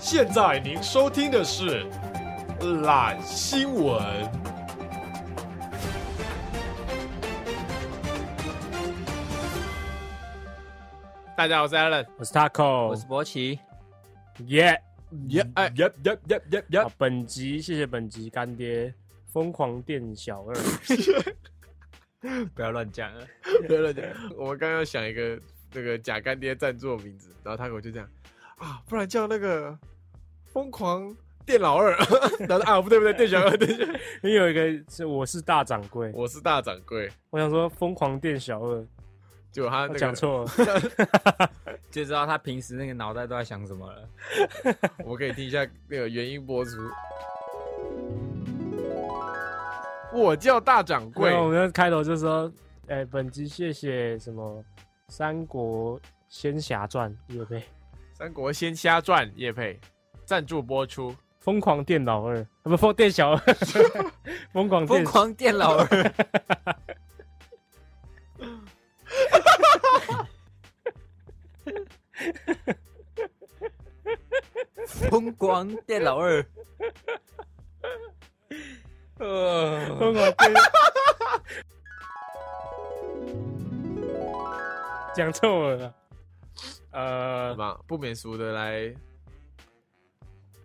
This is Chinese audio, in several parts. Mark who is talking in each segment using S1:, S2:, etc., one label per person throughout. S1: 现在您收听的是《懒新闻》。大家好，我是 Alan。
S2: 哦
S3: 我是 Taco，
S2: 我是博奇，
S3: 耶。
S1: 耶哎耶耶耶耶耶
S3: 好！本集谢谢本集干爹疯狂店小 二，
S2: 不要乱讲啊！
S1: 不要乱讲。我们刚刚要想一个那个假干爹赞助的名字，然后他给我就这样啊，不然叫那个疯狂店老二， 然后啊不对不对，店小二，店小二，
S3: 因为有一个是我是大掌柜，
S1: 我是大掌柜，
S3: 我想说疯狂店小二，
S1: 结
S2: 啊
S1: 果他那
S3: 我
S1: 个
S3: 讲，错了，
S2: 就知道他平时那个脑袋都在想什么了。
S1: 我们可以听一下那个原音播出。我叫大掌柜
S3: 对，，我们开头就说，哎，本集谢谢什么《三国仙侠传》也被
S1: 《三国仙侠传》叶配赞助播出。
S3: 疯狂店老二，啊不疯 店小二，疯 狂
S2: 疯
S3: 店
S2: 狂电老二，疯狂电老 二。呃，
S3: 疯狂 店，讲错了啦，呃
S1: 好。吧，不免俗的来，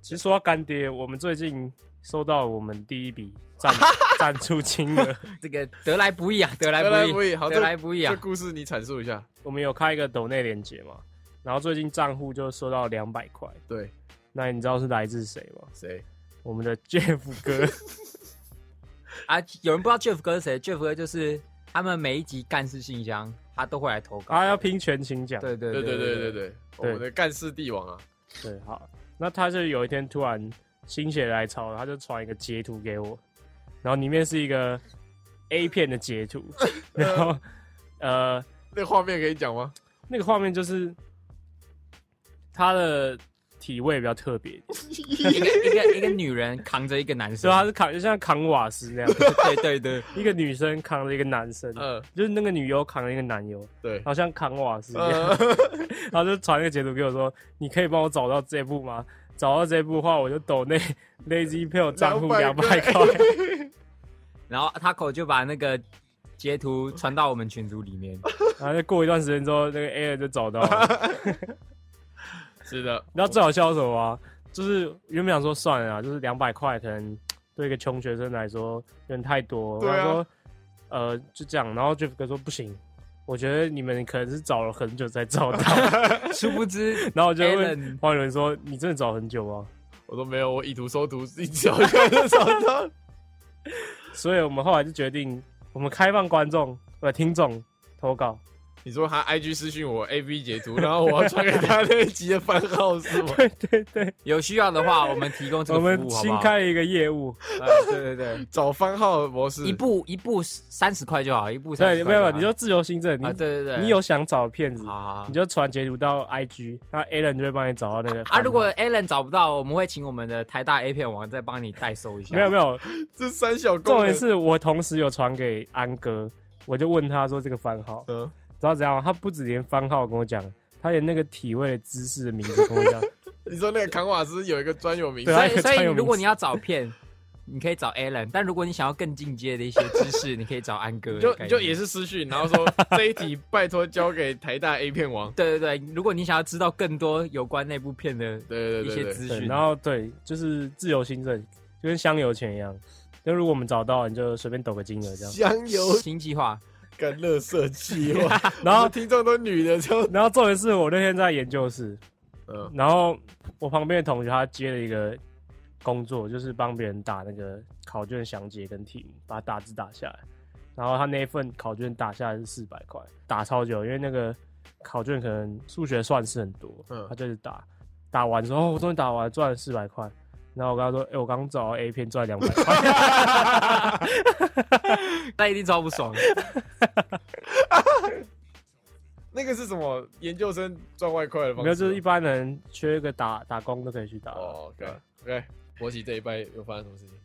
S3: 其实说到干爹，我们最近收到我们第一笔赞赞助金额，
S2: 这个得来不易啊，得来
S1: 得来
S2: 不
S1: 不易
S2: 易，
S1: 好
S2: 得来不易
S1: 这
S2: 啊！
S1: 故事你阐述一下。
S3: 我们有开一个抖内连接嘛，然后最近账户就收到两百块，
S1: 对，
S3: 那你知道是来自谁吗？
S1: 谁？
S3: 我们的 Jeff 哥，
S2: 啊，有人不知道 Jeff 哥是谁？Jeff 哥就是他们每一集干事信箱，他都会来投稿。
S3: 他啊要拼全勤奖，
S2: 啊对对
S1: 对对对
S2: 对
S1: 对对，我们的干事帝王啊，
S3: 对，好，那他就有一天突然心血来潮，他就传一个截图给我，然后里面是一个 A 片的截图，然后呃，
S1: 那画面可以讲吗？
S3: 那个画面就是他的体位比较特别一点，
S2: 一个一个一个女人扛着一个男
S3: 所
S2: 生
S3: 啊以，他是扛，就像扛瓦斯 那样，
S2: 对对对，
S3: 一个女生扛着一个男生，
S1: 嗯，
S3: 就是那个女优扛着一个男优，
S1: 对，
S3: 好像扛瓦斯一样，
S1: 呃，
S3: 然后就传一个截图给我说，你可以帮我找到这部吗？找到这部的话，我就抖那 Lazy p a l 账户两百
S1: 200
S3: 块。
S2: 然后 Taco 就把那个截图传到我们群组里 面，
S3: 然后就过一段时间之后，那个 Air 就找到了。
S1: 是的，
S3: 然后最好笑的是什么啊？就是原本想说算了啊，就是两百块可能对一个穷学生来说有点太多。
S1: 对啊
S3: 然后说呃就这样，然后 Jeff 哥说不行，我觉得你们可能是找了很久 才找到。
S2: 殊不知
S3: 然后我就问
S2: Alan
S3: 黄仁说：“你真的找很久吗
S1: 我都没有，我以图搜图，一找就找到。？”
S3: 所以我们后来就决定，我们开放观众呃听众投稿，
S1: 你说他 IG 私讯我 AV 截图，然后我要传给他那一集的番号是吗？
S2: 有需要的话，我们提供这
S3: 我
S2: 个
S3: 们
S2: 服务，好不
S3: 新
S2: 好？
S3: 开了一个业务，
S2: 呃对对 对，
S1: 找番号模式
S2: 一，部一部三十块就好，一部三
S3: 对，
S2: 十
S3: 没
S2: 块
S3: 有
S2: 就好。
S3: 没有，你就自由行政，你
S2: 啊，对对对，
S3: 你有想找的片子，
S2: 啊
S3: 你就传截图到 IG，那 Alan 就会帮你找到那个
S2: 啊！如果 Alan 找不到，我们会请我们的台大 A 片网再帮你代收一下。
S3: 没有没有，
S1: 这三小
S3: 重
S1: 功
S3: 点
S1: 能，
S3: 是我同时有传给安哥，我就问他说这个番号，
S1: 嗯，
S3: 知道怎样吗？他不止连番号跟我讲，他连那个体位的姿势的名字跟我讲，
S1: 你说那个扛瓦斯有一个专有名词
S3: 对，
S2: 所
S3: 还有
S2: 以，所
S3: 专
S2: 以
S3: 有名词
S2: 如果你要找片，你可以找 Alan；但如果你想要更进阶的一些知识，你可以找安 哥的
S1: 就
S2: 概念。
S1: 就也是私讯，然后说这一题拜托交给台大 A 片王，
S2: 对对对，如果你想要知道更多有关那部片的
S1: 对
S2: 一
S1: 对
S2: 些
S1: 对对，
S2: 资
S3: 对，
S2: 讯，
S3: 然后对，就是自由行政，就跟香油钱一样。就如果我们找到，你就随便抖个金额这样。
S1: 香油
S2: 新计划，
S1: 跟乐色计 划，
S3: 然
S1: 我
S3: 后
S1: 们，听众都女的就，
S3: 然后重点是我那天在研究室，
S1: 嗯，
S3: 然后我旁边的同学他接了一个工作，就是帮别人打那个考卷详解跟题目，把打字打下来。然后他那一份考卷打下来是四百块，打超久，因为那个考卷可能数学算式很多，
S1: 嗯
S3: 他就是打，打完之后、哦我终于打完了，赚了四百块。然后我跟他说：“哎、我刚找到 A 片赚两百 块。”
S2: 那一定超不爽。
S1: 那个是什么研究生赚外快的方式吗？
S3: 没有，就是一般人缺个打打工都可以去打。
S1: 哦，OK OK，博喜这一拜有发生什么事情？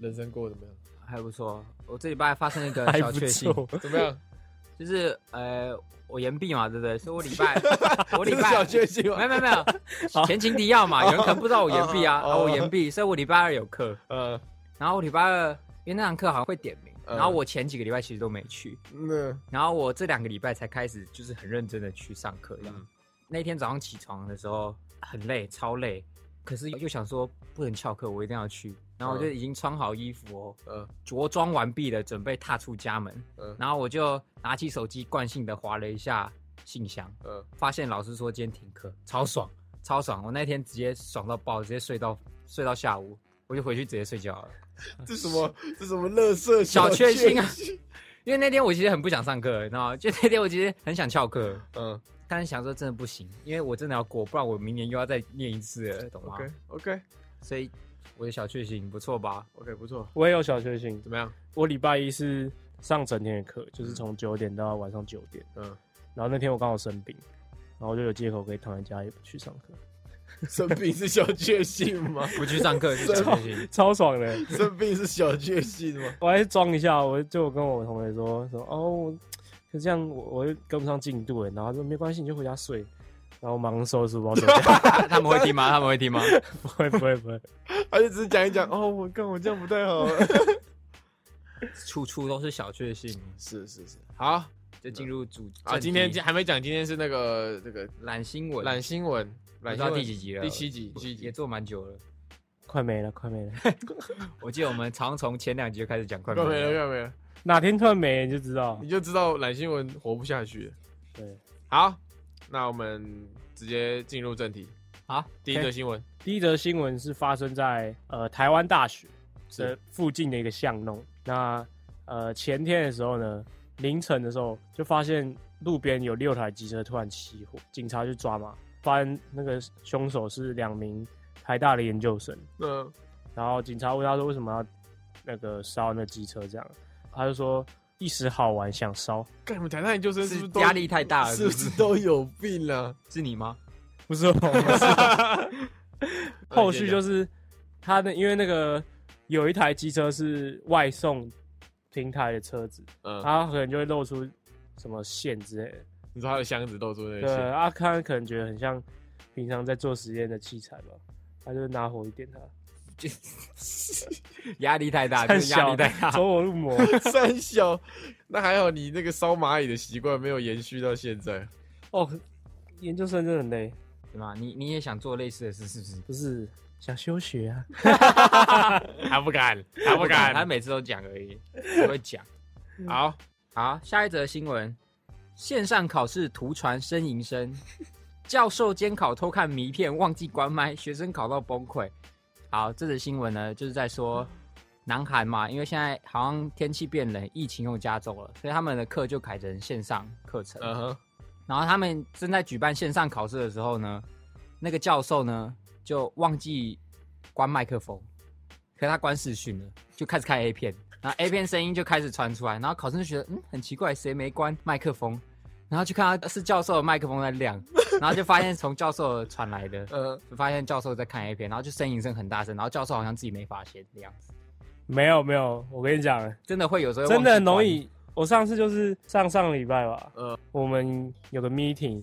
S1: 人生过得怎么样？
S2: 还不错。我这礼拜发生一个
S3: 还
S2: 小
S3: 不
S2: 确幸，
S3: 错。
S1: 怎么样？
S2: 就是呃，我延毕嘛，对不对？所以我礼 拜我
S1: 这
S2: 礼
S1: 是
S2: 拜
S1: 小确幸
S2: 没
S1: 吗？
S2: 有没有没有前情提要嘛，有人可能不知道我延毕啊，
S1: 哦
S2: 啊我延毕，所以我礼拜二有课，
S1: 呃，
S2: 然后我礼拜二因为那堂课好像会点名，
S1: 嗯
S2: 然后我前几个礼拜其实都没去，
S1: 那
S2: 然后我这两个礼拜才开始就是很认真的去上课这样。
S1: 嗯
S2: 那天早上起床的时候很累，超累，可是又想说不能翘课，我一定要去。然后我就
S1: 嗯
S2: 已经穿好衣服哦，
S1: 呃
S2: 着装完毕了，准备踏出家门。
S1: 呃
S2: 然后我就拿起手机，惯性的划了一下信箱，
S1: 呃，
S2: 发现老师说今天停课，超爽，超爽！我那天直接爽到爆，直接睡到睡到下午，我就回去直接睡觉了。
S1: 这什么这什么乐色
S2: 小确
S1: 确
S2: 幸啊！因为那天我其实很不想上课，你知道吗？就那天我其实很想翘课，
S1: 嗯
S2: 但是想说真的不行，因为我真的要过，不然我明年又要再念一次了，懂吗
S1: ，OK OK
S2: 所以我的小确幸不错吧？
S1: OK，不错，
S3: 我也有小确幸，
S1: 怎么样？
S3: 我礼拜一是上整天的课，就是从九点到晚上九点，
S1: 嗯，
S3: 然后那天我刚好生病，然后我就有借口可以躺在家也不去上课，，
S1: 生病是小确幸吗？
S2: 不去上课是小确幸
S3: 超爽的。欸
S1: 生病是小确幸吗？
S3: 我还是装一下，我就跟我同学说说哦，我可这样我我又跟不上进度哎，然后他说没关系，你就回家睡。然后我马上收拾书包走掉，
S2: 他们会听吗？他们会听吗？
S3: 不会不会不会，
S1: 还是只是讲一讲？哦，我看我这样不太好。啊
S2: 处处都是小确幸，
S1: 是是是，好
S2: 就进入主
S1: 啊，今天
S2: 讲
S1: 还没讲，今天是那个这个
S2: 懒新闻，
S1: 懒新闻，
S2: 不
S1: 懒新
S2: 知道
S1: 闻
S2: 第几集了？
S1: 第七集，第七集。
S2: 也做蛮久了。
S3: 快没了快没 了，
S2: 我记得我们常从前两集就开始讲快
S1: 快没了，
S2: 了，
S1: 快没了，
S3: 哪天突然没了你就知道
S1: 你。就知道懒新闻活不下去了。
S3: 对，
S1: 好，那我们直接进入正题。
S2: 好，
S1: 第一则新闻
S3: 第一则新闻是发生在呃台湾大学的
S1: 是
S3: 附近的一个巷弄。那呃前天的时候呢，凌晨的时候就发现路边有六台机车突然起火，警察去抓嘛，发现那个凶手是两名台大的研究生。
S1: 嗯
S3: 然后警察问他说为什么要那个烧那机车这样，他就说一时好玩想烧，
S1: 干什么？台大研究生是不
S2: 是
S1: 是都
S2: 压力太大了，
S1: 是
S2: 是
S1: 不
S2: 不
S1: 是
S2: 是？
S1: 都有病啊？
S2: 是你吗？
S3: 不是我。 后续就是他的，因为那个有一台机车是外送平台的车子，
S1: 嗯，
S3: 他可能就会露出什么线之类的。
S1: 你说他的箱子露出那
S3: 对，啊
S1: 些，
S3: 阿康可能觉得很像平常在做实验的器材嘛，他就拿火一点他，
S2: 压力太大，
S3: 看
S2: 就是压
S3: 小
S2: 力太大。
S3: 走火入魔。
S1: 三小，那还好你那个烧蚂蚁的习惯没有延续到现在。
S3: 哦，研究生真的很累，
S2: 对吗？你你也想做类似的事，是不是？
S3: 不是想休学啊？
S1: 他不敢，他不
S2: 他
S1: 敢。
S2: 每次都讲而已，不会讲。
S1: 好，
S2: 好，下一则新闻：线上考试图传呻吟声，教授监考偷看迷片，忘记关麦，学生考到崩溃。好，这则新闻呢，就是在说南韩嘛，因为现在好像天气变冷，疫情又加重了，所以他们的课就改成线上课程。
S1: 嗯哼，
S2: 然后他们正在举办线上考试的时候呢，那个教授呢就忘记关麦克风，可是他关视讯了，就开始看 A 片，然后 A 片声音就开始传出来，然后考生就觉得嗯很奇怪，谁没关麦克风？然后去看他是教授的麦克风在亮，然后就发现从教授传来的，
S1: 嗯，
S2: 就发现教授在看 A 片，然后就呻吟声很大声，然后教授好像自己没发现的样子，
S3: 没有没有，我跟你讲，
S2: 真的会有时候
S3: 真的很容
S2: 容易。
S3: 易。我上次就是上上礼拜吧，
S1: 嗯
S3: 我们有个 meeting，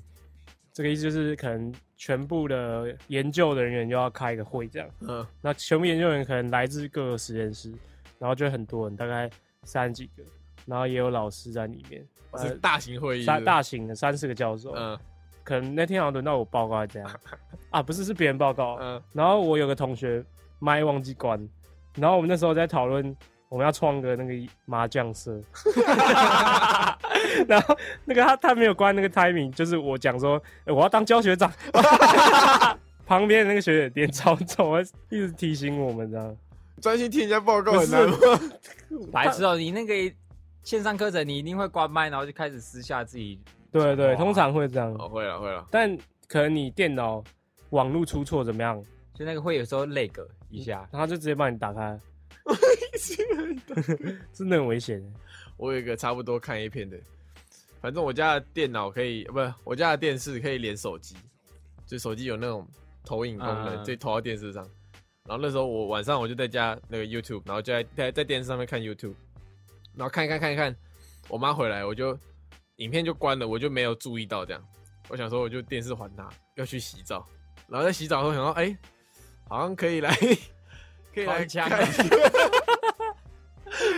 S3: 这个意思就是可能全部的研究人员就要开一个会这样。
S1: 嗯，
S3: 那全部研究人员可能来自各个实验室，然后就很多人，大概三十几个，然后也有老师在里面，
S1: 是大型会议，
S3: 三呃大型的三四个教授，
S1: 嗯，
S3: 可能那天好像轮到我报告还是怎 样啊？不是，是别人报告。
S1: 嗯
S3: 然后我有个同学麦忘记关，然后我们那时候在讨论我们要创个那个麻将社， 然后那个他他没有关那个 timing，就是我讲说、欸我要当教学长， 旁边的那个学姐脸超丑，还一直提醒我们这样。
S1: 嗯，专心听人家报告
S3: 不
S1: 很难吗？
S2: 白痴哦、你那个线上课程你一定会关麦，然后就开始私下自己
S3: 对对，
S2: 哇
S3: 通常会这样，
S1: 哦，会了会了，
S3: 但可能你电脑网络出错怎么样，
S2: 就那个会有时候累个一下，
S3: 他就直接帮你 打开， 真的很危险。
S1: 我有一个差不多看 A 片的，反正我家的电脑可以，不是我家的电视可以连手机，就手机有那种投影功能，
S2: 嗯
S1: 就投到电视上。然后那时候我晚上我就在家那个 YouTube，然后就在在在电视上面看 YouTube，然后看一看看一看，我妈回来我就影片就关了，我就没有注意到这样。我想说，我就电视还他，要去洗澡，然后在洗澡的时候想到，哎、好像可以来，可以来
S2: 狂呛
S1: 看一下，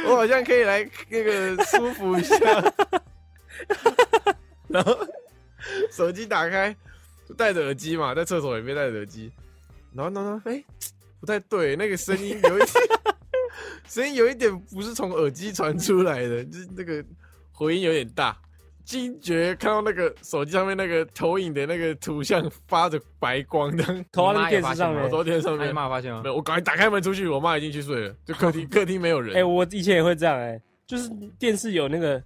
S1: 我好像可以来那个舒服一下。然后手机打开，就戴着耳机嘛，在厕所里面戴着耳机，然后呢呢，哎、不太对，那个声音有一点， 声音有一点不是从耳机传出来的，就是那个回音有点大。惊觉看到那个手机上面那个投影的那个图像发着白光的，
S3: 投到
S2: 你
S3: 啊那
S2: 妈
S3: 个
S2: 也
S3: 电视
S1: 我
S2: 发
S3: 上面
S2: 现。
S1: 昨天
S3: 嗯
S1: 上
S2: 那你
S3: 哎
S1: 面
S2: 妈有发现吗
S1: 没？有，我赶快打开门出去，我妈已经去睡了，就客 厅客厅没有人。
S3: 哎、我以前也会这样哎、就是电视有那个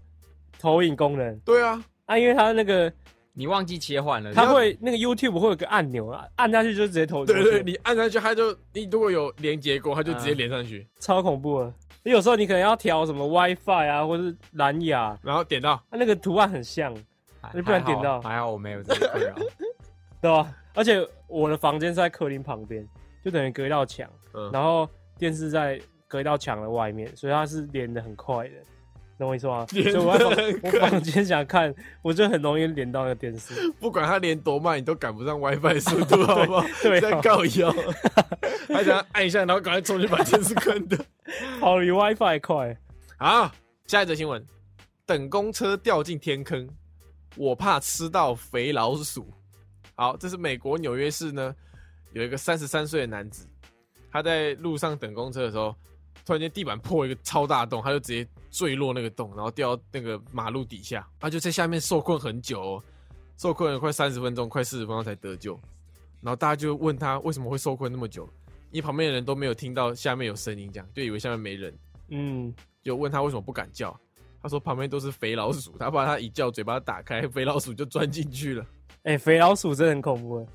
S3: 投影功能
S1: 对啊，
S3: 啊，因为它那个
S2: 你忘记切换了，
S3: 它
S2: 你
S3: 会那个 YouTube 会有个按钮，啊，按下去就直接投进
S1: 对
S3: 去，
S1: 对，你按上去，它就你如果有连接过，它就直接连上去，
S3: 超恐怖的。有时候你可能要调什么 WiFi 啊，或是蓝牙，
S1: 然后点到
S3: 它、那个图案很像，
S2: 啊还
S3: 你不然点到
S2: 还好还好我没有这个 困扰。
S3: 对吧？而且我的房间是在客厅旁边，就等于隔一道墙，
S1: 嗯
S3: 然后电视在隔一道墙的外面，所以它是连的很快的，懂我意思吗？所
S1: 连
S3: 以
S1: 得
S3: 我在房
S1: 很快
S3: 我房间想看，我就很容易连到那个电视。
S1: 不管它连多慢，你都赶不上 WiFi 速度，好不好？
S3: 对啊
S1: 在告 腰，还想要按一下，然后赶快冲去把电视关掉。
S3: 好，比 WiFi 快。
S1: 好，下一则新闻，等公车掉进天坑，我怕吃到肥老鼠。好，这是美国纽约市呢，有一个三十三岁的男子，他在路上等公车的时候，突然间地板破一个超大洞，他就直接坠落那个洞，然后掉到那个马路底下，他就在下面受困很久、哦，受困了快三十分钟，快四十分钟才得救。然后大家就问他为什么会受困那么久，因为旁边的人都没有听到下面有声音，这样就以为下面没人。
S3: 嗯，
S1: 就问他为什么不敢叫，他说旁边都是肥老鼠，他怕他一叫嘴巴打开，肥老鼠就钻进去了，
S3: 哎、肥老鼠真的很恐怖欸，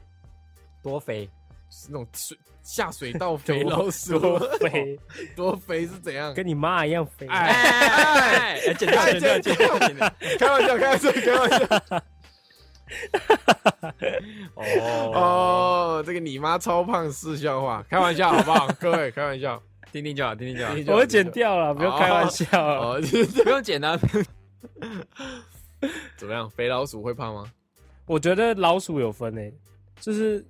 S2: 多肥，
S1: 是那种水下水 道肥老鼠，
S3: 肥，
S1: 多肥是怎样？
S3: 跟你妈一样肥。
S1: 哎
S2: 哎，剪掉
S1: 哎
S2: 剪掉剪掉剪掉。
S1: 开玩笑，开玩笑，开玩 笑。
S2: 哦，
S1: 哦，这个你妈超胖是笑话，开玩笑好不好？各位，开玩笑，
S2: 听听就好，听听就好
S1: 听，听就
S3: 我会剪掉了，不要开玩笑啊。
S1: 哦，
S2: 不用剪啊。
S1: 怎么样？肥老鼠会胖吗？
S3: 我觉得老鼠有分诶、哎就是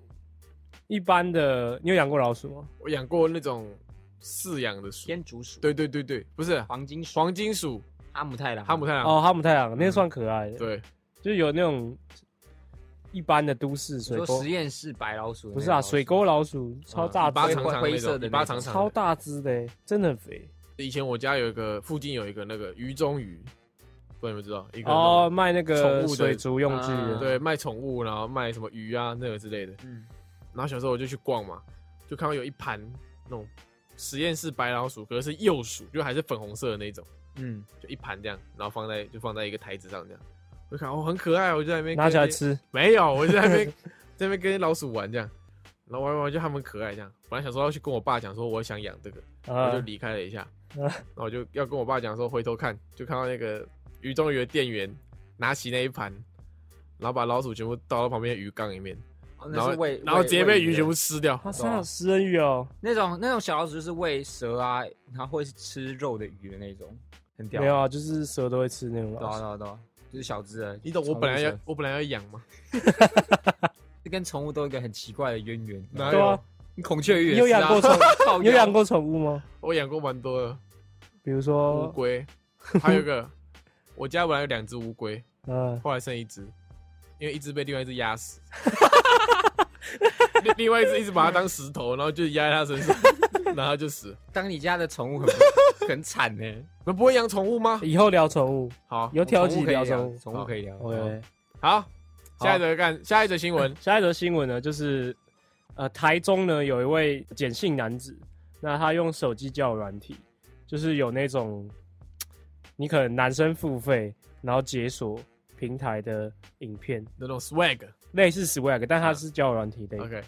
S3: 一般的，你有养过老鼠吗？
S1: 我养过那种饲养的鼠，
S2: 天竺鼠，
S1: 对对对对，不是
S2: 黄金鼠，
S1: 黄金鼠，
S2: 哈姆太郎，
S1: 哈姆太郎，
S3: 哦，哈姆太郎那个算可爱的，
S1: 嗯对，
S3: 就是有那种一般的都市
S2: 你
S3: 水
S2: 说
S3: 沟
S2: 实，验室白老鼠，
S3: 不是啊，水沟老鼠超大
S1: 尾啊巴
S3: 只
S1: 长
S3: 的，
S1: 长那种
S2: 灰色的那
S1: 尾巴
S2: 种
S1: 长长的
S3: 超大只的、欸，真的很肥。
S1: 以前我家有一个附近有一个那个鱼中鱼，不知道你们知道一个
S3: 哦，嗯卖那
S1: 宠
S3: 个
S1: 物的
S3: 水族用具
S1: 那
S3: 的，
S1: 种对，卖宠物，然后卖什么鱼啊那个之类的。
S2: 嗯，
S1: 然后小时候我就去逛嘛，就看到有一盘那种实验室白老鼠，可是是幼鼠，就还是粉红色的那种，
S2: 嗯，
S1: 就一盘这样，然后放在就放在一个台子上这样。我就看哦，很可爱，我就在那边
S3: 拿起来
S1: 跟那
S3: 吃。
S1: 没有，我就在那边在那边跟老鼠玩这样，然后玩一玩就他们可爱这样。本来想说要去跟我爸讲说我想养这个，我
S3: 啊
S1: 就离开了一下，
S3: 嗯
S1: 然后我就要跟我爸讲说，回头看就看到那个鱼中鱼的店员拿起那一盘，然后把老鼠全部倒到旁边的鱼缸里面，
S2: 哦
S1: 然
S2: 那
S1: 后
S2: 是喂，
S1: 然后直接被鱼全
S2: 全
S1: 部吃掉。
S3: 哇塞，食人鱼哦，
S2: 那种那种小老鼠就是喂蛇啊，然后会是吃肉的鱼的那种，很屌。
S3: 没有啊，就是蛇都会吃那种
S2: 对
S3: 老
S2: 啊，
S3: 鼠。
S2: 对啊，对啊，就是小只的。
S1: 你懂我
S2: 宠物
S1: 本来要
S2: 蛇
S1: 我本来要养吗？
S2: 这跟宠物都有一个很奇怪的渊源。
S1: 哪
S3: 对啊，
S2: 你 孔雀鱼也
S3: 你有
S2: 是啊
S3: 养过宠
S2: 靠
S3: 你有
S2: 腰
S3: 养过宠物吗？
S1: 我养过蛮多的
S3: 比如
S1: 乌
S3: 说，
S1: 龟，还有一个我家本来有两只乌龟，
S3: 嗯，
S1: 后来剩一只，因为一只被另外一只压 死。另另外一只一直把它当石头，然后就压在它身上，然后它就死了。
S2: 当你家的宠物很 很惨呢、
S1: 你们不会养宠物吗？
S3: 以后聊宠物，
S1: 好，
S3: 有挑几
S2: 可以
S3: 聊
S2: 聊
S3: 宠物。
S2: 宠物可以聊。
S1: 哦
S3: OK，。
S1: 好，下一则干，下一则新闻
S3: 下一则新闻呢，就是呃，台中呢有一位简姓男子，那他用手机交友软体，就是有那种你可能男生付费，然后解锁平台的影片，
S1: 那种 swag。
S3: 类似 swag，但
S2: 啊
S3: 他是交友软体类的。
S1: OK，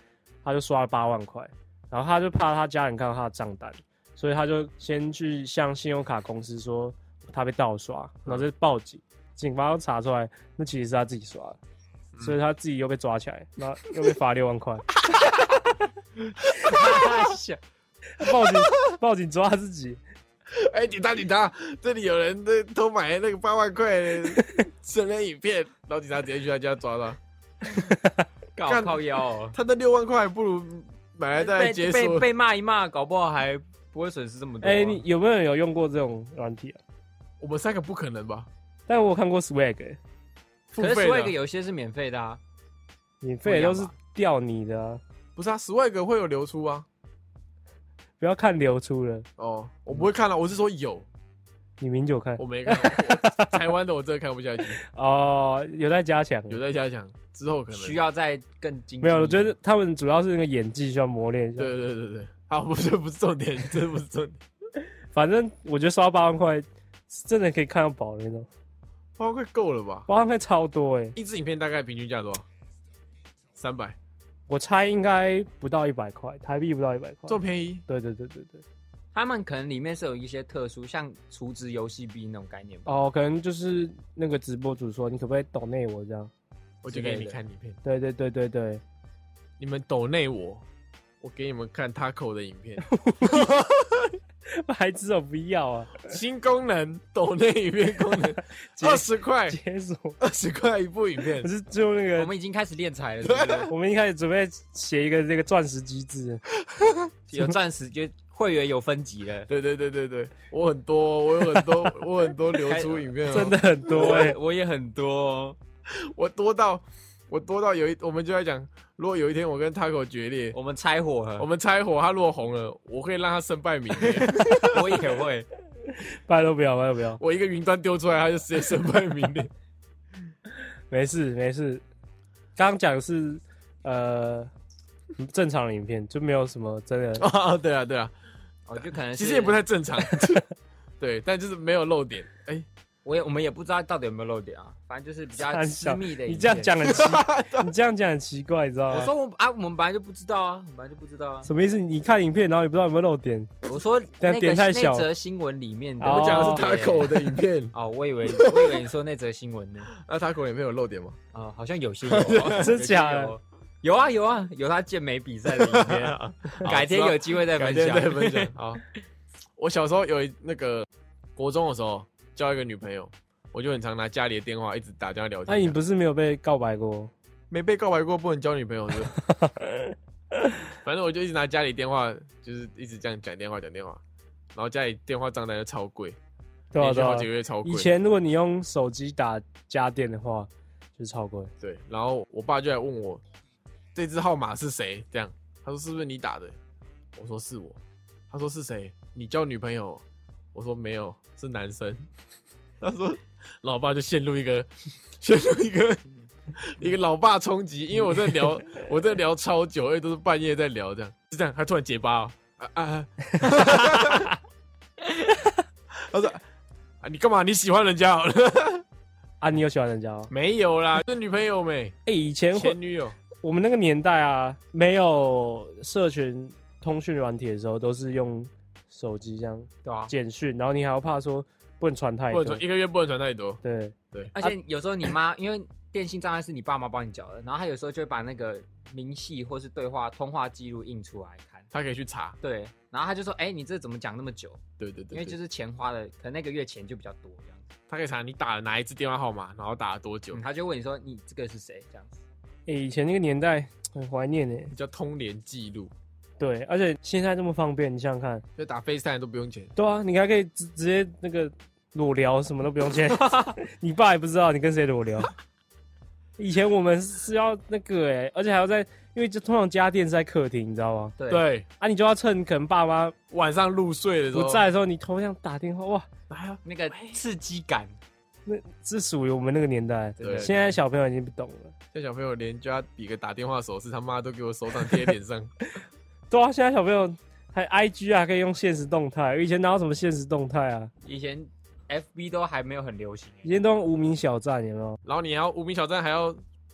S3: 他就刷了八万块，然后他就怕他家人看到他的账单，所以他就先去向信用卡公司说他被盗刷，然后就报警，警方又查出来那其实是他自己刷的，所以他自己又被抓起来，然后又被罚六万块，
S2: 大笑
S3: 报警报警抓他自己，
S1: 哎，警察，警察，这里有人在偷买那个八万块的 成人影片，然后警察直接去他家抓了。
S2: 搞
S1: 干
S2: 靠腰哦，
S1: 他那六万块不如买来再来
S2: 被
S1: 解
S2: 被
S1: 锁。
S2: 被骂一骂，搞不好还不会损失这么多啊。
S3: 哎、你有没有人有用过这种软体啊？
S1: 我们三个不可能吧？
S3: 但我有看过 Swag，、欸、
S1: 付
S2: 可是
S1: 费的
S2: Swag
S1: 啊
S2: 有些是免费的啊，
S3: 免费的都是钓你的、啊，
S1: 不是啊，十万个会有流出啊。
S3: 不要看流出了，
S1: 哦，我
S2: 嗯
S1: 不会看了、我是说有，
S3: 你明久看
S1: 我没看 过。台湾的我真的看不下去，
S3: 哦，有在加强，
S1: 有待加强，之后可能
S2: 需。要再更精进一点。
S3: 没有？我觉得他们主要是那个演技需要磨练一下。
S1: 对对对对，好，不是不是重点，这不是重 点。
S3: 反正我觉得刷八万块是真的可以看到宝的那种，
S1: 八万块够了吧？
S3: 八万块超多哎、欸，
S1: 一支影片大概平均价多少？三百，
S3: 我猜应该不到一百块，台币不到一百块
S1: 这。么便宜？
S3: 对对对对对，
S2: 他们可能里面是有一些特殊，像储值游戏币那种概念吧。
S3: 哦，可能就是那个直播主说你可不可以抖内我这样？
S1: 我就给你看影片，
S3: 对对对对对，
S1: 你们抖内我，我给你们看 Taco 的影 片，
S3: 白痴我不要啊！
S1: 新功能抖内影片功 能，二十块，
S3: 解锁，
S1: 二十块一部影片
S3: 可，是最后那
S2: 哎我
S3: 个
S2: 们已经开始练财了，是不 是？
S3: 我们一开始准备写一个那个钻石机
S2: 嗯
S3: 制，
S2: 有钻石就会员有分级了。
S1: 对对对对对，我很多，我有很 多，我很多流出影片、哦，
S3: 真的，很多哎、
S2: 对，我也很多、哦。
S1: 我多到我多到有一，我们就在讲，如果有一天我跟 Taco 决裂，
S3: 哦
S2: 我们拆火了，
S1: 我们拆伙，他如果红了，我可以让他身败名 裂，
S2: 我也会。
S3: 拜都不要，拜都不要，
S1: 我一个云端丢出来，他就直接身败名 裂。
S3: 没事没事。刚刚讲的是呃正常的影片，就没有什么真 的。
S1: 啊，对啊，对啊，
S2: 哦，就可能是
S1: 其实也不太正 常，对，但就是没有漏点。哎、
S2: 我也我们也不知道到底有没有漏点啊，反正就是比较
S3: 三
S2: 私
S3: 小
S2: 密的。
S3: 你这样讲，很 奇，你这样讲很奇怪，你知道
S2: 我
S3: 吗？
S2: 说我啊，我们本来就不知道啊，我们本来就不知道啊。
S3: 什么意思？你看影片，然后也不知道有没有漏点，
S2: 我说
S3: 但
S2: 那个
S3: 点太小
S2: 那则新闻里面的，
S3: 哦
S1: 我讲的是 Taco 的影片，
S2: 哦，我以为我以为你说那则新闻呢，
S1: 那 Taco 里面有漏点吗？
S2: 哦，好像有些有哦，
S3: 真假的
S2: 有些
S3: 啊
S2: 有哦？有啊有啊，有他健美比赛的影 片，啊哦改天有机会再
S1: 改
S2: 分
S1: 天
S2: 享
S1: 再。分 享。好，我小时候有一那个国中的时候交一个女朋友，我就很常拿家里的电话一直打电话聊
S3: 那、
S1: 天。
S3: 你不是没有被告白过？
S1: 没被告白过，不能交女朋友是不是？ 反正我就一直拿家里电话，就是一直这样讲电话讲电话，然后家里电话账单就超贵，
S3: 对啊
S1: 连续
S3: 对啊
S1: 好几。个月超贵。
S3: 以前如果你用手机打家电的话，就是超贵。
S1: 对，然后我爸就来问我这支号码是谁，这样他说是不是你打的？我说是我。他说是谁？你交女朋友？我说没有，是男生。他说，老爸就陷入一个陷入一个一个老爸冲击，因为我在聊，我在聊超久，而且都是半夜在聊，这样是这样，他突然结巴、哦、啊啊！他说啊，你干嘛？你喜欢人家好了？
S3: 啊，你有喜欢人家
S2: 嗯
S3: 哦？
S1: 没有啦，是女朋友没？
S3: 哎、以前会
S1: 前女友。
S3: 我们那个年代啊，没有社群通讯软体的时候，都是用手机这样
S2: 对啊，
S3: 简讯，然后你还要怕说不能传太
S1: 不能。
S3: 多
S1: 传一个月不能传太多，
S3: 对，
S2: 而且有时候你妈因为电信账单是你爸妈帮你缴的，然后她有时候就会把那个明细或是对话通话记录印出来看。
S1: 他可以去查。
S2: 对，然后他就说：“哎、你这怎么讲那么久？
S1: 对对对
S2: 因为就是是钱花的，可能那个月钱就比较多这样子。
S1: 他可以查你打了哪一支电话号码，然后打了多久，
S2: 嗯”他就问你说：“你这个是谁？”这样子。
S3: 哎、以前那个年代很怀念呢。
S1: 叫通联记录，
S3: 对，而且现在这么方便，你想想看，
S1: 就打 FaceTime 都不用钱。
S3: 对啊，你还可以直直接那个裸聊，什么都不 用钱，你爸也不知道你跟谁裸聊。以前我们是要那个哎、而且还要在，因为就通常家电是在客厅，你知道吗？
S2: 对，
S1: 对，
S3: 啊，你就要趁可能爸妈
S1: 晚上入睡的时候哎
S3: 不在，的时候，你偷这样打电话，哇，
S2: 那个刺激感，
S3: 那是属于我们那个年代。
S2: 真的
S1: 对
S3: 现在小朋友已经不懂了。
S1: 像小朋友连叫他比个打电话手势，他妈都给我手掌贴脸上。
S3: 对啊，现在小朋友还 IG 啊，可以用现实动态。以前哪有什么现实动态啊？
S2: 以前 FB 都还没有很流行。欸
S3: 以前都用无名小站，有没有？
S1: 然后你还要无名小站还要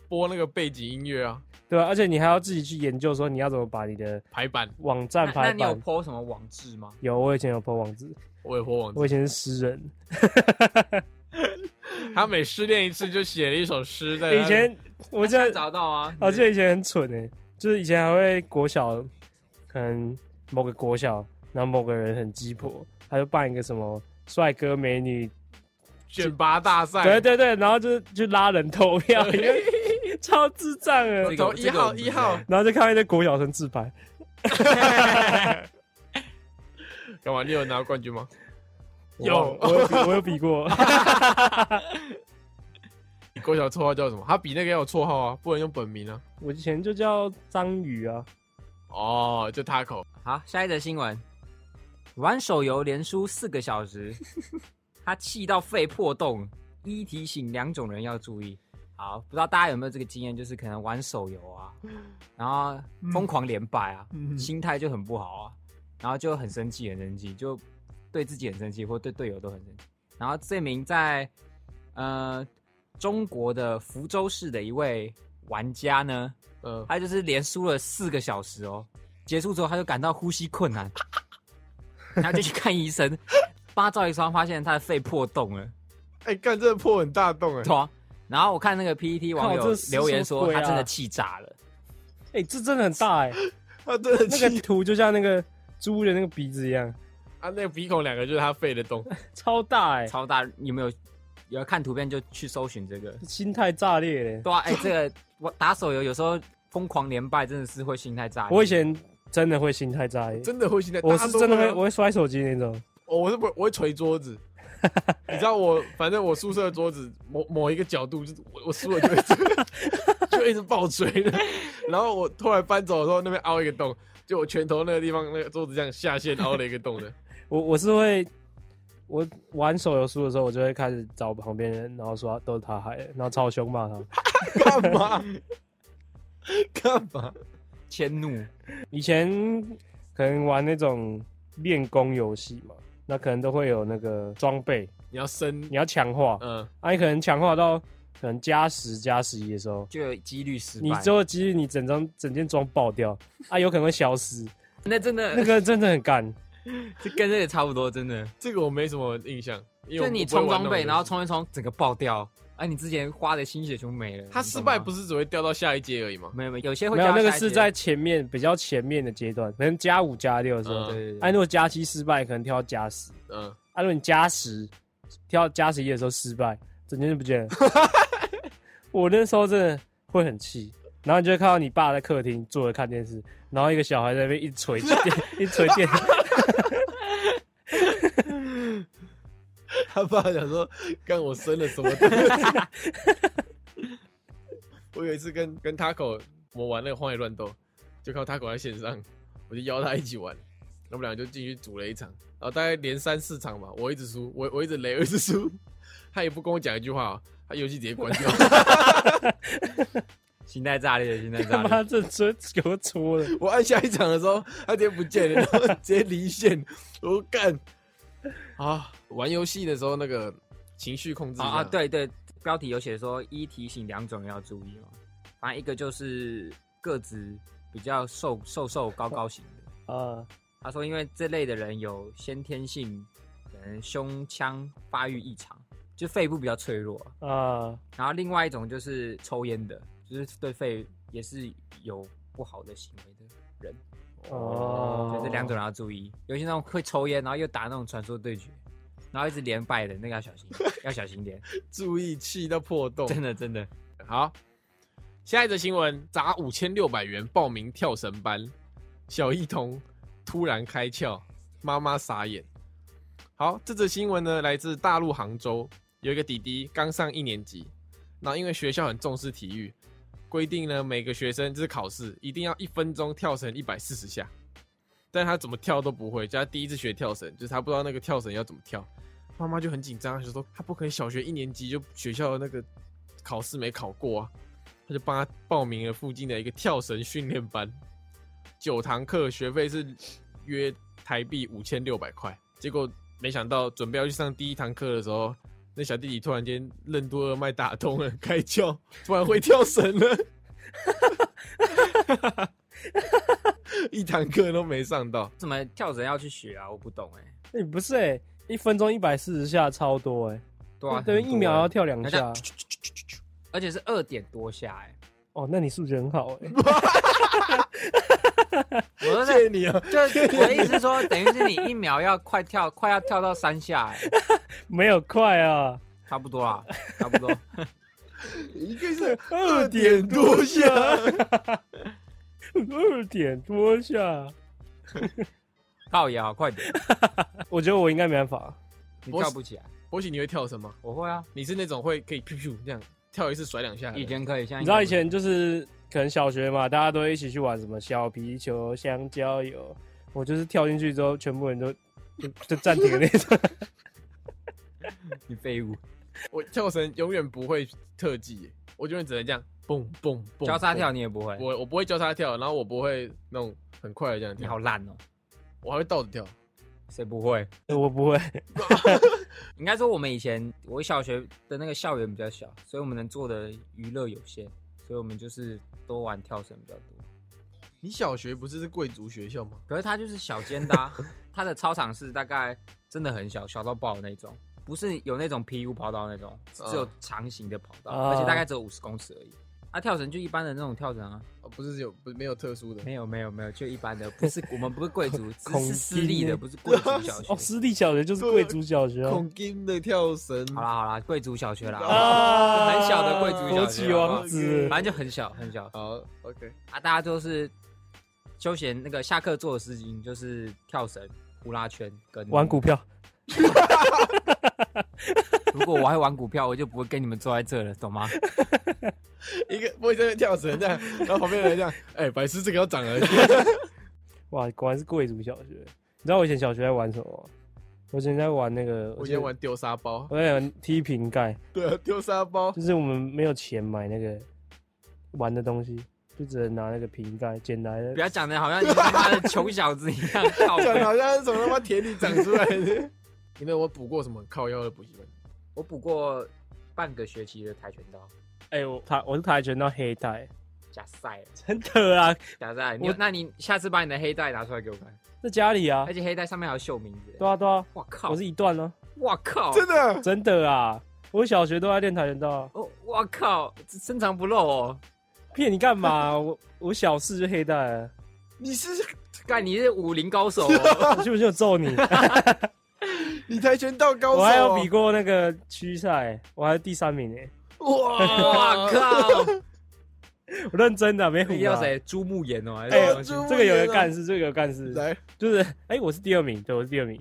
S1: 播那个背景音乐啊，
S3: 对啊，而且你还要自己去研究说你要怎么把你的
S1: 排版
S3: 网
S2: 那
S3: 站
S2: 那
S3: 排
S2: 你有
S3: 版。
S2: PO 什么网志吗？
S3: 有，我以前有破网址，
S1: 我也播网
S3: 我
S1: 址。
S3: 以前是诗人。
S1: 他每失恋一次就写了一首诗在。
S3: 以前我记
S2: 啊现在
S3: 得，
S2: 找到啊，
S3: 我记得以前很蠢哎、就是以前还会国小，可能某个国小，然后某个人很鸡婆，他就办一个什么帅哥美女，
S1: 选拔大赛，
S3: 对对对，然后就是去拉人投 票，因为超智障的
S2: 这，个
S1: 走
S2: 这
S1: 一
S2: 个我
S1: 号
S2: 不
S1: 一
S2: 知道
S1: 号，
S3: 然后就看到一堆国小生自拍，
S1: 干嘛？你有拿冠军吗？
S3: 我忘了我有比我有比过，
S1: 你国小绰号叫什么？他比那个要有绰号啊，不能用本名啊。
S3: 我以前就叫章鱼啊，
S1: 哦，就 Taco，
S2: 好，下一则新闻，玩手游连输四个 小时，他气到肺破洞。一提醒两种人要注意。好，不知道大家有没有这个经验，就是可能玩手游啊，然后
S1: 嗯
S2: 疯狂连败啊，
S3: 嗯
S2: 心态就很不好啊，然后就很生气，很生气，就对自己很生气，或对队友都很生气。然后这名在呃中国的福州市的一位玩家呢，
S1: 嗯，
S2: 他就是连输了四个小时哦。结束之后，他就感到呼吸困 难，然后就去看医生，帮他照 X 光，发现他的肺破洞了，
S1: 哎，干这破很大洞哎
S2: 对，啊。然后我看那个 PPT 网
S3: 靠
S2: 友
S3: 这是
S2: 留言
S3: 什么
S2: 说，
S3: 鬼啊
S2: 他真的气炸了，
S3: 哎、这真的很大 哎、
S1: 他真的气
S3: 那个图就像那个猪的那个鼻子一样，
S1: 啊，那个鼻孔两个就是他肺的洞，
S3: 超大哎、
S2: 超大。你有没有有看图片就去搜寻这个？
S3: 心态炸裂嘞、
S2: 对啊，哎、这个我打手游有时候疯狂连败，真的是会心态炸裂。
S3: 我以前真的会心态炸裂，
S1: 真的会现在
S3: 我是真的会，啊我
S1: 我
S3: 会摔手机那种。
S1: 我是不我会捶桌子。你知道我，反正我宿舍的桌子某某一个角度，就是我我输了就一直就一直爆锤的。然后我突然搬走的时候，那边凹一个洞，就我拳头那个地方，那个桌子这样下陷凹了一个洞的。
S3: 我我是会，我玩手游输的时候，我就会开始找旁边人，然后说都是他害的，然后超凶骂他。
S1: 干嘛？干嘛？
S2: 迁怒，
S3: 以前可能玩那种练功游戏嘛，那可能都会有那个装备，
S1: 你要升？
S3: 你要强化，
S1: 嗯，
S3: 啊，你可能强化到可能加十加十一的时候，
S2: 就有几率失败。
S3: 你之后其实你整张整件装爆 掉，啊，有可能会消失，
S2: 那真的
S3: 那个真的很干。
S2: 这跟这个差不多，真的。
S1: 这个我没什么印象，因为
S2: 就
S1: 我
S2: 你
S1: 不会玩
S2: 充
S1: 那
S2: 装
S1: 种
S2: 备，
S1: 游
S2: 然后
S1: 戏。
S2: 充一充，整个爆掉，哎、你之前花的心血就没了。
S1: 他失败不
S2: 是
S1: 是只会掉到下一阶而已吗？
S2: 没有没有，有些 会
S3: 没有，啊
S2: 掉
S3: 那个
S2: 下一
S3: 是
S2: 节
S3: 在前面比较前面的阶段，可能加五加六的时
S1: 嗯
S3: 候，
S2: 对对
S3: 啊，
S2: 对，
S3: 如果加七失败，可能跳到加十；
S1: 嗯，
S3: 啊，如果你加十，跳到加十一的时候失败，整件就不见了。我那时候真的会很气，然后你就会看到你爸在客厅坐着看电视，然后一个小孩在那边一捶电，一捶电，
S1: 他爸想说，干我生了什么东西？ 我有一次跟跟 Taco 我们玩那个荒野乱斗，就看到 Taco 在线上，我就邀他一起玩，那我们俩就进去组了一场，然后大概连三四场吧，我一直输，我我一直雷，我一直输，他也不跟我讲一句话、哦，他游戏直接关掉。
S2: 心态炸裂，心态炸
S3: 他妈
S2: 裂。
S3: 这戳给我戳的，
S1: 我按下一场的时候，他直接不见了，然后直接离线，我干啊！玩游戏的时候那个情绪控制
S2: 啊啊，
S1: 一下，
S2: 对对，标题有写说一提醒两种要注意哦，反正一个就是个子比较瘦瘦瘦高高型的，
S3: 啊，
S2: 他说因为这类的人有先天性可能胸腔发育异常，就肺部比较脆弱啊、
S3: 啊，
S2: 然后另外一种就是抽烟的，就是对肺也是有不好的行为的人，
S3: 哦
S2: 所以这两种人要注意。尤其那种会抽烟，然后又打那种传说对决，然后一直连败的那个要 小心，要小心点，
S1: 注意气到破洞。
S2: 真的真的。
S1: 好，下一则新闻：砸五千六百元报名跳绳班，小一童突然开窍，妈妈傻眼。好，这则新闻呢，来自大陆杭州，有一个弟弟刚上一年级，那因为学校很重视体育，规定呢每个学生就是考试一定要一分钟跳绳一百四十下，但他怎么跳都不会，就他第一次学跳绳，就是他不知道那个跳绳要怎么跳，妈妈就很紧张，就说他不可能小学一年级就学校的那个考试没考过啊，他就帮他报名了附近的一个跳绳训练班，九堂课学费是约台币五千六百块。结果没想到准备要去上第一堂课的时候，那小弟弟突然间任督二脉打通了，开窍，突然会跳绳了。 一堂课都没上到，
S2: 怎么跳绳要去学啊？我不懂哎、
S3: 你不是哎、一分钟一百四十下超多哎、
S2: 对 啊，
S3: 等于
S2: 很
S3: 一
S2: 多
S3: 秒
S2: 欸
S3: 要，跳两
S2: 好
S3: 下
S2: 像，而且是二点多下哎、
S3: 欸哦，那你数学很好哎、
S2: 我说
S1: 谢
S2: 在
S1: 谢你啊！
S2: 就是我的意思是说，等于是你一秒要快跳，快要跳到三下、哎
S3: 没有快啊，
S2: 差不多 啦，差不多。
S1: 一个是二点多下，
S3: 二点多下，
S2: 靠腰，快点，
S3: 我觉得我应该没办法。
S2: 你
S1: 我
S2: 跳不起来。
S1: 博喜，你会跳绳吗？
S2: 我会啊，
S1: 你是那种会可以噗噗这样跳一次甩两下的？
S2: 以前可以，现在
S3: 你知
S2: 应
S3: 道
S2: 该
S3: 以前就是可能小学嘛，大家都会一起去玩什么小皮球、香蕉油，我就是跳进去之后，全部人都就就暂停的那 种。
S2: 不行你废物，
S1: 我跳绳永远不会特技耶，我永远只能这样蹦蹦蹦
S2: 交叉跳，
S1: 蹦
S2: 你也不会，
S1: 我我不会交叉跳，然后我不会那种很快的这样
S2: 你
S1: 跳
S2: 好，烂哦、
S1: 我还会倒着跳。
S2: 谁不会？
S3: 我 不会，
S2: 应该说我们以前我小学的那个校园比较小，所以我们能做的娱乐有限，所以我们就是多玩跳绳比较多。
S1: 你小学不是是贵族学校吗？
S2: 可是它就是小间 的、啊，它的操场是大概真的很小，小到爆的那种，不是有那种 PU 跑道那种，
S1: 嗯
S2: 只有长形的跑道，
S3: 啊
S2: 而且大概只有五十公尺而已。啊，跳绳就一般的那种跳绳啊，
S1: 哦，不是有不没有特殊的，
S2: 没有没有没有，就一般的，不是我们不是贵 族，
S3: 恐
S2: 是是私立
S3: 惊耶
S2: 的，不是贵族小
S3: 哦，
S2: 学。
S3: 私立小学就是贵族小学、啊，
S1: 孔金的跳绳。
S2: 好啦好啦，贵族小学啦，
S3: 啊
S2: 很小的贵族小
S3: 国
S2: 学
S3: 际王子，
S2: 反正就很小很小
S1: 嗯好，OK，
S2: 啊，大家都是休闲那个下课做的事情就是跳绳、呼啦圈跟
S3: 玩股。票。
S2: 如果我还玩股票，我就不会跟你们坐在这了，懂吗？
S1: 一个不会在那边跳绳这样，然后旁边 人这样，哎、白痴这个要长了。
S3: 哇，果然是贵族小学。你知道我以前小学在玩什么吗？我以前在玩那个，
S1: 我今天，玩丢沙包，
S3: 我在玩踢瓶盖，
S1: 对啊，丢沙包
S3: 就，是我们没有钱买那个玩的东西，就只能拿那个瓶盖，捡来
S2: 不
S3: 的。
S2: 要讲的好像你他妈的穷小子一样， 靠
S1: 讲得
S2: 北
S1: 好像是从啊他妈田里长出来的。 你们有没有补过什么靠腰的补习班？
S2: 我补过半个学期的跆拳道，
S3: 哎、我跆我是跆拳道黑带，
S2: 加赛了，
S3: 真的啊，
S2: 加赛。你
S3: 我
S2: 那你下次把你的黑带拿出来给我看，
S3: 在家里啊
S2: 而，且黑带上面还有绣名字。
S3: 对啊对啊，
S2: 我靠！
S3: 我是一段哦、
S2: 我靠！
S1: 真的，
S3: 真的啊，我小学都在练跆拳道啊，
S2: 哦，我靠！这深藏不露哦。
S3: 骗你干嘛、 我我小四就黑带了，
S1: 你是
S2: 干，你是武林高手哦！
S3: 我是不是有揍你？
S1: 你跆拳道高手、哦，
S3: 我还有比过那个区赛，我还是第三名哎、
S1: 哇
S2: 我！靠！
S3: 我认真的、没胡
S2: 那
S3: 啊
S2: 叫谁？朱慕言哦，还是
S3: 哎、
S2: 什么东西
S1: 朱
S3: 这个有
S1: 文
S3: 人
S1: 言啊
S3: 干事，这个有干事，
S1: 来，
S3: 就是哎、我是第二名，对，我是第二名。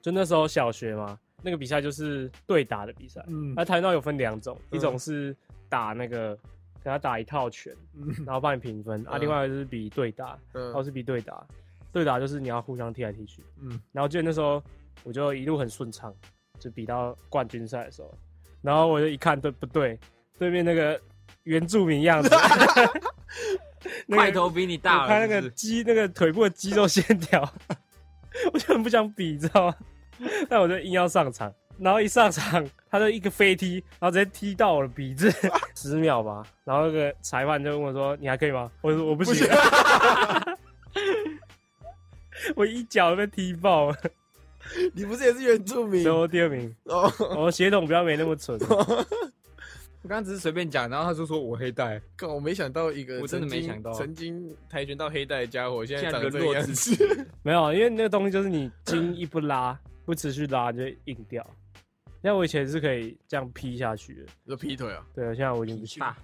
S3: 就那时候小学嘛，那个比赛就是对打的比赛。
S1: 嗯
S3: 那
S2: 啊
S3: 跆拳道有分两种，
S1: 嗯
S3: 一种是打那个给他打一套拳，
S1: 嗯
S3: 然后帮你评分；啊，
S1: 嗯
S3: 另外一个就是比对打，然后
S1: 嗯
S3: 是比对打，对打就是你要互相踢来踢去。
S1: 嗯，
S3: 然后记得那时候我就一路很顺畅，就比到冠军赛的时候，然后我就一看对不对，对面那个原住民 样子，那个
S2: 块头比你大
S3: 我看
S2: 了
S3: 那
S2: 是不
S3: 个
S2: 是，
S3: 肌那个腿部的肌肉线条， 我就很不想比，你知道吗？但我就硬要上场，然后一上场，他就一个飞踢，然后直接踢到我的鼻子，十秒吧。然后那个裁判就问我说：“你还可以吗？”我说：“我不
S1: 不
S3: 行。 我一脚就被踢爆了，
S1: 你不是也是原住民
S3: 所以我第二名。
S1: 哦？
S3: 我血统比较没那么蠢，
S2: 我刚刚只是随便讲，然后他就说我黑带，
S1: 靠，我没想到一个
S2: 我真的
S1: 曾经
S2: 没想到
S1: 曾经跆拳道黑带的家伙，现在
S2: 现在
S1: 长这
S2: 沦
S1: 个
S2: 落
S1: 样
S2: 至
S1: 子。
S3: 没有，啊因为那个东西就是你筋一不拉，不持续拉就硬掉。像我以前是可以这样劈下去的，
S1: 你说劈腿啊？
S3: 对，现在我已经不行。
S2: 大。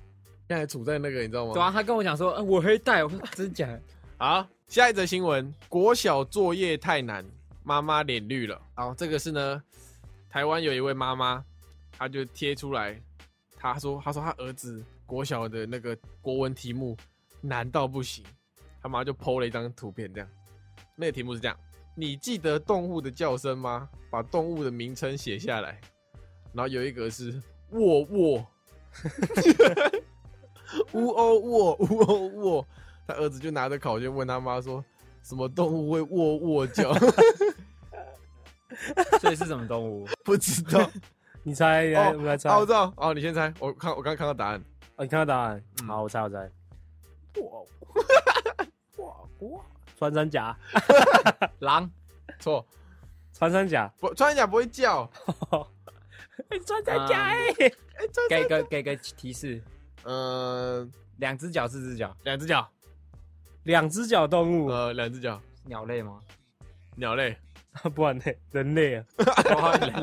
S1: 现在处在那个你知道吗？
S2: 对啊，他跟我讲说，呃我黑带，我说真假 的？
S1: 好，下一则新闻：国小作业太难，妈妈脸绿了。好，这个是呢，台湾有一位妈妈，她就贴出来，她说，她说她儿子国小的那个国文题目难到不行，她妈就 PO 了一张图片，这样，那个题目是这样：你记得动物的叫声吗？把动物的名称写下来，然后有一格是沃沃， 乌欧沃，乌欧沃。他儿子就拿着考卷问他妈说：“什么动物会喔喔叫
S2: 所以是什么动物？？”
S1: 不知道。
S3: 你猜，你来我们来猜。
S1: 哦，我知道。哦，你先猜。我看，我刚刚看到答案。
S3: 哦，你看到答案？
S1: 嗯
S3: 好，我猜，我猜。哇哇哇！穿山甲，
S2: 狼？
S1: 错，
S3: 穿山 甲，
S1: 不，穿山甲不会叫。
S3: 哎，穿山
S2: 啊
S3: 甲，哎，
S1: 哎、穿
S2: 给个给个提示，
S1: 嗯、
S2: 两只脚，四只脚，
S1: 两只脚。
S3: 两只脚动物，
S1: 呃，两只脚，
S2: 鸟类吗？
S1: 鸟类，
S3: 不然呢？人类啊，
S2: 人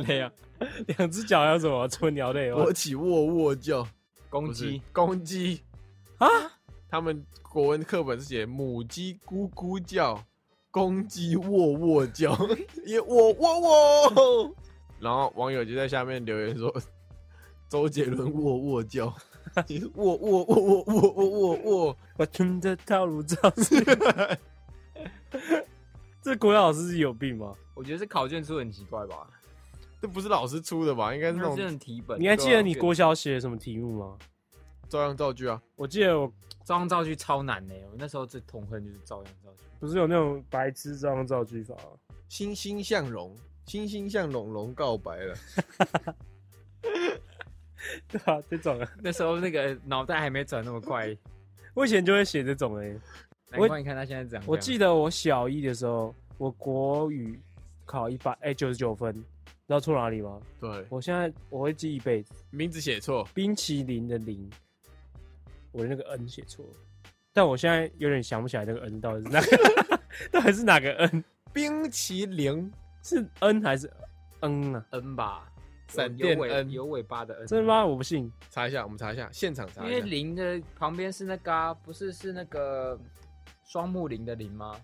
S2: 类啊，
S3: 两只脚要什么？除了鸟类哦
S1: 勃起卧卧叫，
S2: 公
S1: 不是
S2: 鸡，
S1: 公鸡，
S3: 啊，
S1: 他们国文课本是写母鸡咕咕叫，公鸡喔喔叫，因为喔喔喔。然后网友就在下面留言说：“周杰伦喔喔叫，其实喔喔喔喔喔喔喔喔。
S3: 我穿着套路造型。 这国文老师是有病吗？
S2: 我觉得是考卷出很奇怪吧，”
S1: 这不是老师出的吧？应该是那
S2: 那是
S1: 种
S2: 很啊题本。
S3: 你还记得你国小写的什么题目吗？
S1: 照样造句啊。
S3: 我记得我
S2: 照样造句超难呢、我那时候最痛恨就是照样造句。
S3: 不是有那种白痴这样造句法、啊，
S1: 欣欣向荣，欣欣向荣，荣告白了。
S3: 对吧、这种啊，
S2: 那时候那个脑袋还没转那么快，
S3: 我以前就会写这种哎、我
S2: 难怪你看他现在长这样。
S3: 我记得我小一的时候，我国语考一百哎九十九分，你知道错哪里吗？
S1: 对，
S3: 我现在我会记一辈子，
S1: 名字写错，
S3: 冰淇淋的淋，我的那个 n 写错了，但我现在有点想不起来那个 n 到底是哪个， 到底是哪个 n？
S1: 冰淇淋，
S3: 是 n 还是 n 啊？
S2: N 吧，
S1: 闪
S2: 有
S1: 电
S2: 尾
S1: N，
S2: 有尾巴的 N，啊
S3: 真的？吗？我不信，
S1: 查一下，我们查一下，现场
S2: 因
S1: 查
S2: 为
S1: 一下。
S2: 零的旁边是那个、啊，不是是那个双木林的林吗？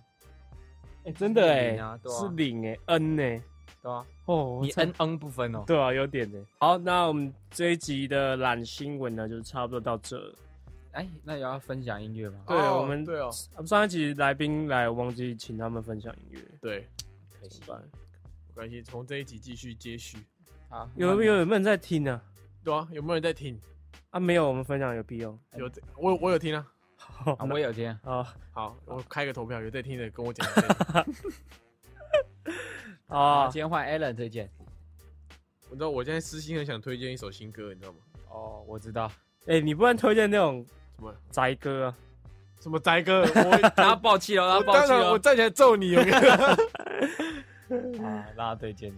S3: 哎、真的哎、
S2: 是零啊对啊
S3: 是零哎、n 哎、
S2: 对啊，
S3: 哦，
S2: 你
S3: 我差
S2: N N 不分哦。
S3: 对啊，有点呢。好，那我们这一集的懒新闻呢，就是差不多到这了。
S2: 哎，那也要分享音乐吗？
S3: 对，
S1: 哦
S3: 我们
S1: 对哦，
S3: 上一集来宾来，我忘记请他们分享音乐，
S1: 对，
S2: 可惜
S3: 怎么办
S1: 没关系，从这一集继续接续。
S2: 好，
S3: 有没有有没有人在听呢、
S1: 对啊，有没有人在听？
S3: 啊？啊，没有，我们分享有必要。
S1: 有这我我有听啊。
S3: 好
S2: 啊？我也有听。
S3: 好
S1: 好，我开个投票，有在听的跟我 讲一下。
S2: 啊，
S3: 啊
S2: 今，天换 Alan 推荐。
S1: 我知道我现在私心很想推荐一首新歌，你知道吗？
S2: 哦，我知 道，
S3: 哎、你不能推荐那种
S1: 什么
S3: 宅歌啊？
S1: 什么宅 歌？我
S2: 他爆气了，
S1: 我
S2: 他爆
S1: 当
S2: 气
S1: 然
S2: 了
S1: 我。站起来揍 你！有没有
S2: 啊，让他推荐，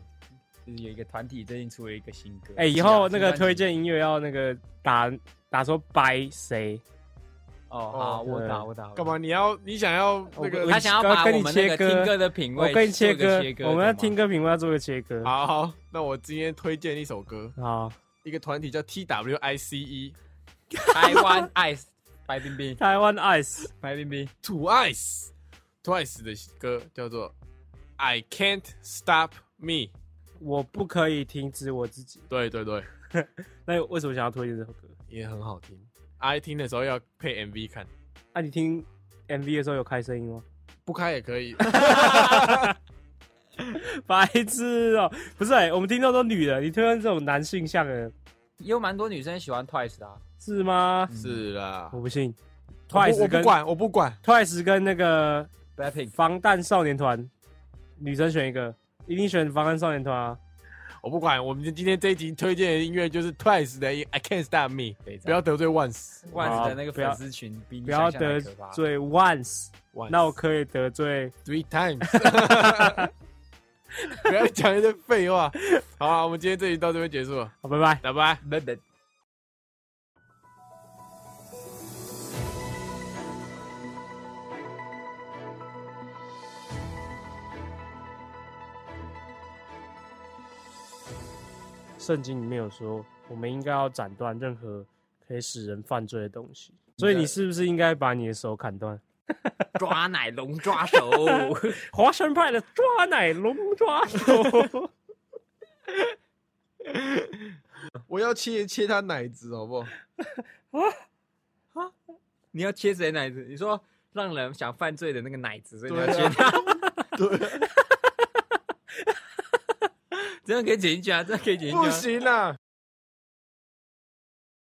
S2: 就是有一个团体最近出了一个新歌。
S3: 哎、以后
S2: 啊
S3: 那个推荐音乐要那个打打说掰谁？
S2: 哦，好，我打
S3: 对
S2: 我打。我打
S1: 干？嘛？你要你想要那
S3: 我
S1: 个
S2: 他？想要把
S3: 跟
S2: 我
S3: 你
S2: 们那个
S3: 切割
S2: 听歌的品味
S3: 我跟你切
S2: 做
S3: 歌
S2: 个切，割
S3: 我们要
S2: 懂吗
S3: 听歌评，我要做个切割。
S1: 好好，那我今天推荐一首歌，
S3: 好，
S1: 一个团体叫 T W I C E
S2: 台湾 Ice 白冰冰，
S3: 台湾 Ice
S2: 白冰冰
S1: Twice Twice 的歌叫做 I Can't Stop Me。
S3: 我不可以停止我自己。
S1: 对对对，
S3: 那为什么想要推荐这首歌？
S1: 也很好听。爱听的时候要配 MV 看，
S3: 啊，你听 MV 的时候有开声音吗？
S1: 不开也可 以。
S3: 白痴哦、不是、欸，我们听到都女的，你推荐这种男性向的，
S2: 也有蛮多女生喜欢 Twice 的啊。
S3: 是吗？
S1: 是啦，
S3: 我不信。
S1: 嗯我不
S3: Twice
S1: 我不
S3: 跟
S1: 管，我不管。
S3: Twice 跟那个
S2: Blackpink
S3: 防弹少年团，女生选一个，一定选防弹少年团啊！
S1: 我不管，我们今天这一集推荐的音乐就是 Twice 的《I Can't Stop Me》，不要得罪 Once。
S2: Once
S3: 好
S2: 的那个
S3: 不要
S2: 粉丝群比你
S3: 不
S2: 想
S3: 要
S2: 象还
S3: 得
S2: 可怕。
S3: 罪 Once，
S1: Once
S3: 那我可以得罪
S1: three times，不要讲一堆废话。好啊，我们今天这集到这边结束了，
S3: 好，拜拜。
S1: 拜拜。
S2: 不不
S3: 圣经里面有说，我们应该要斩断任何可以使人犯罪的东西，所以你是不是应该把你的手砍断？
S2: 抓奶龙抓手，
S3: 华山派的抓奶龙抓手，
S1: 我要切切他奶子，好不好？
S2: 你要切谁奶子？你说让人想犯罪的那个奶子，所以你要
S1: 对
S2: 切
S1: 啊
S2: 它，
S1: 对 啊，
S2: 这样可以剪进去啊，这样可以剪进去啊。
S1: 不行啊。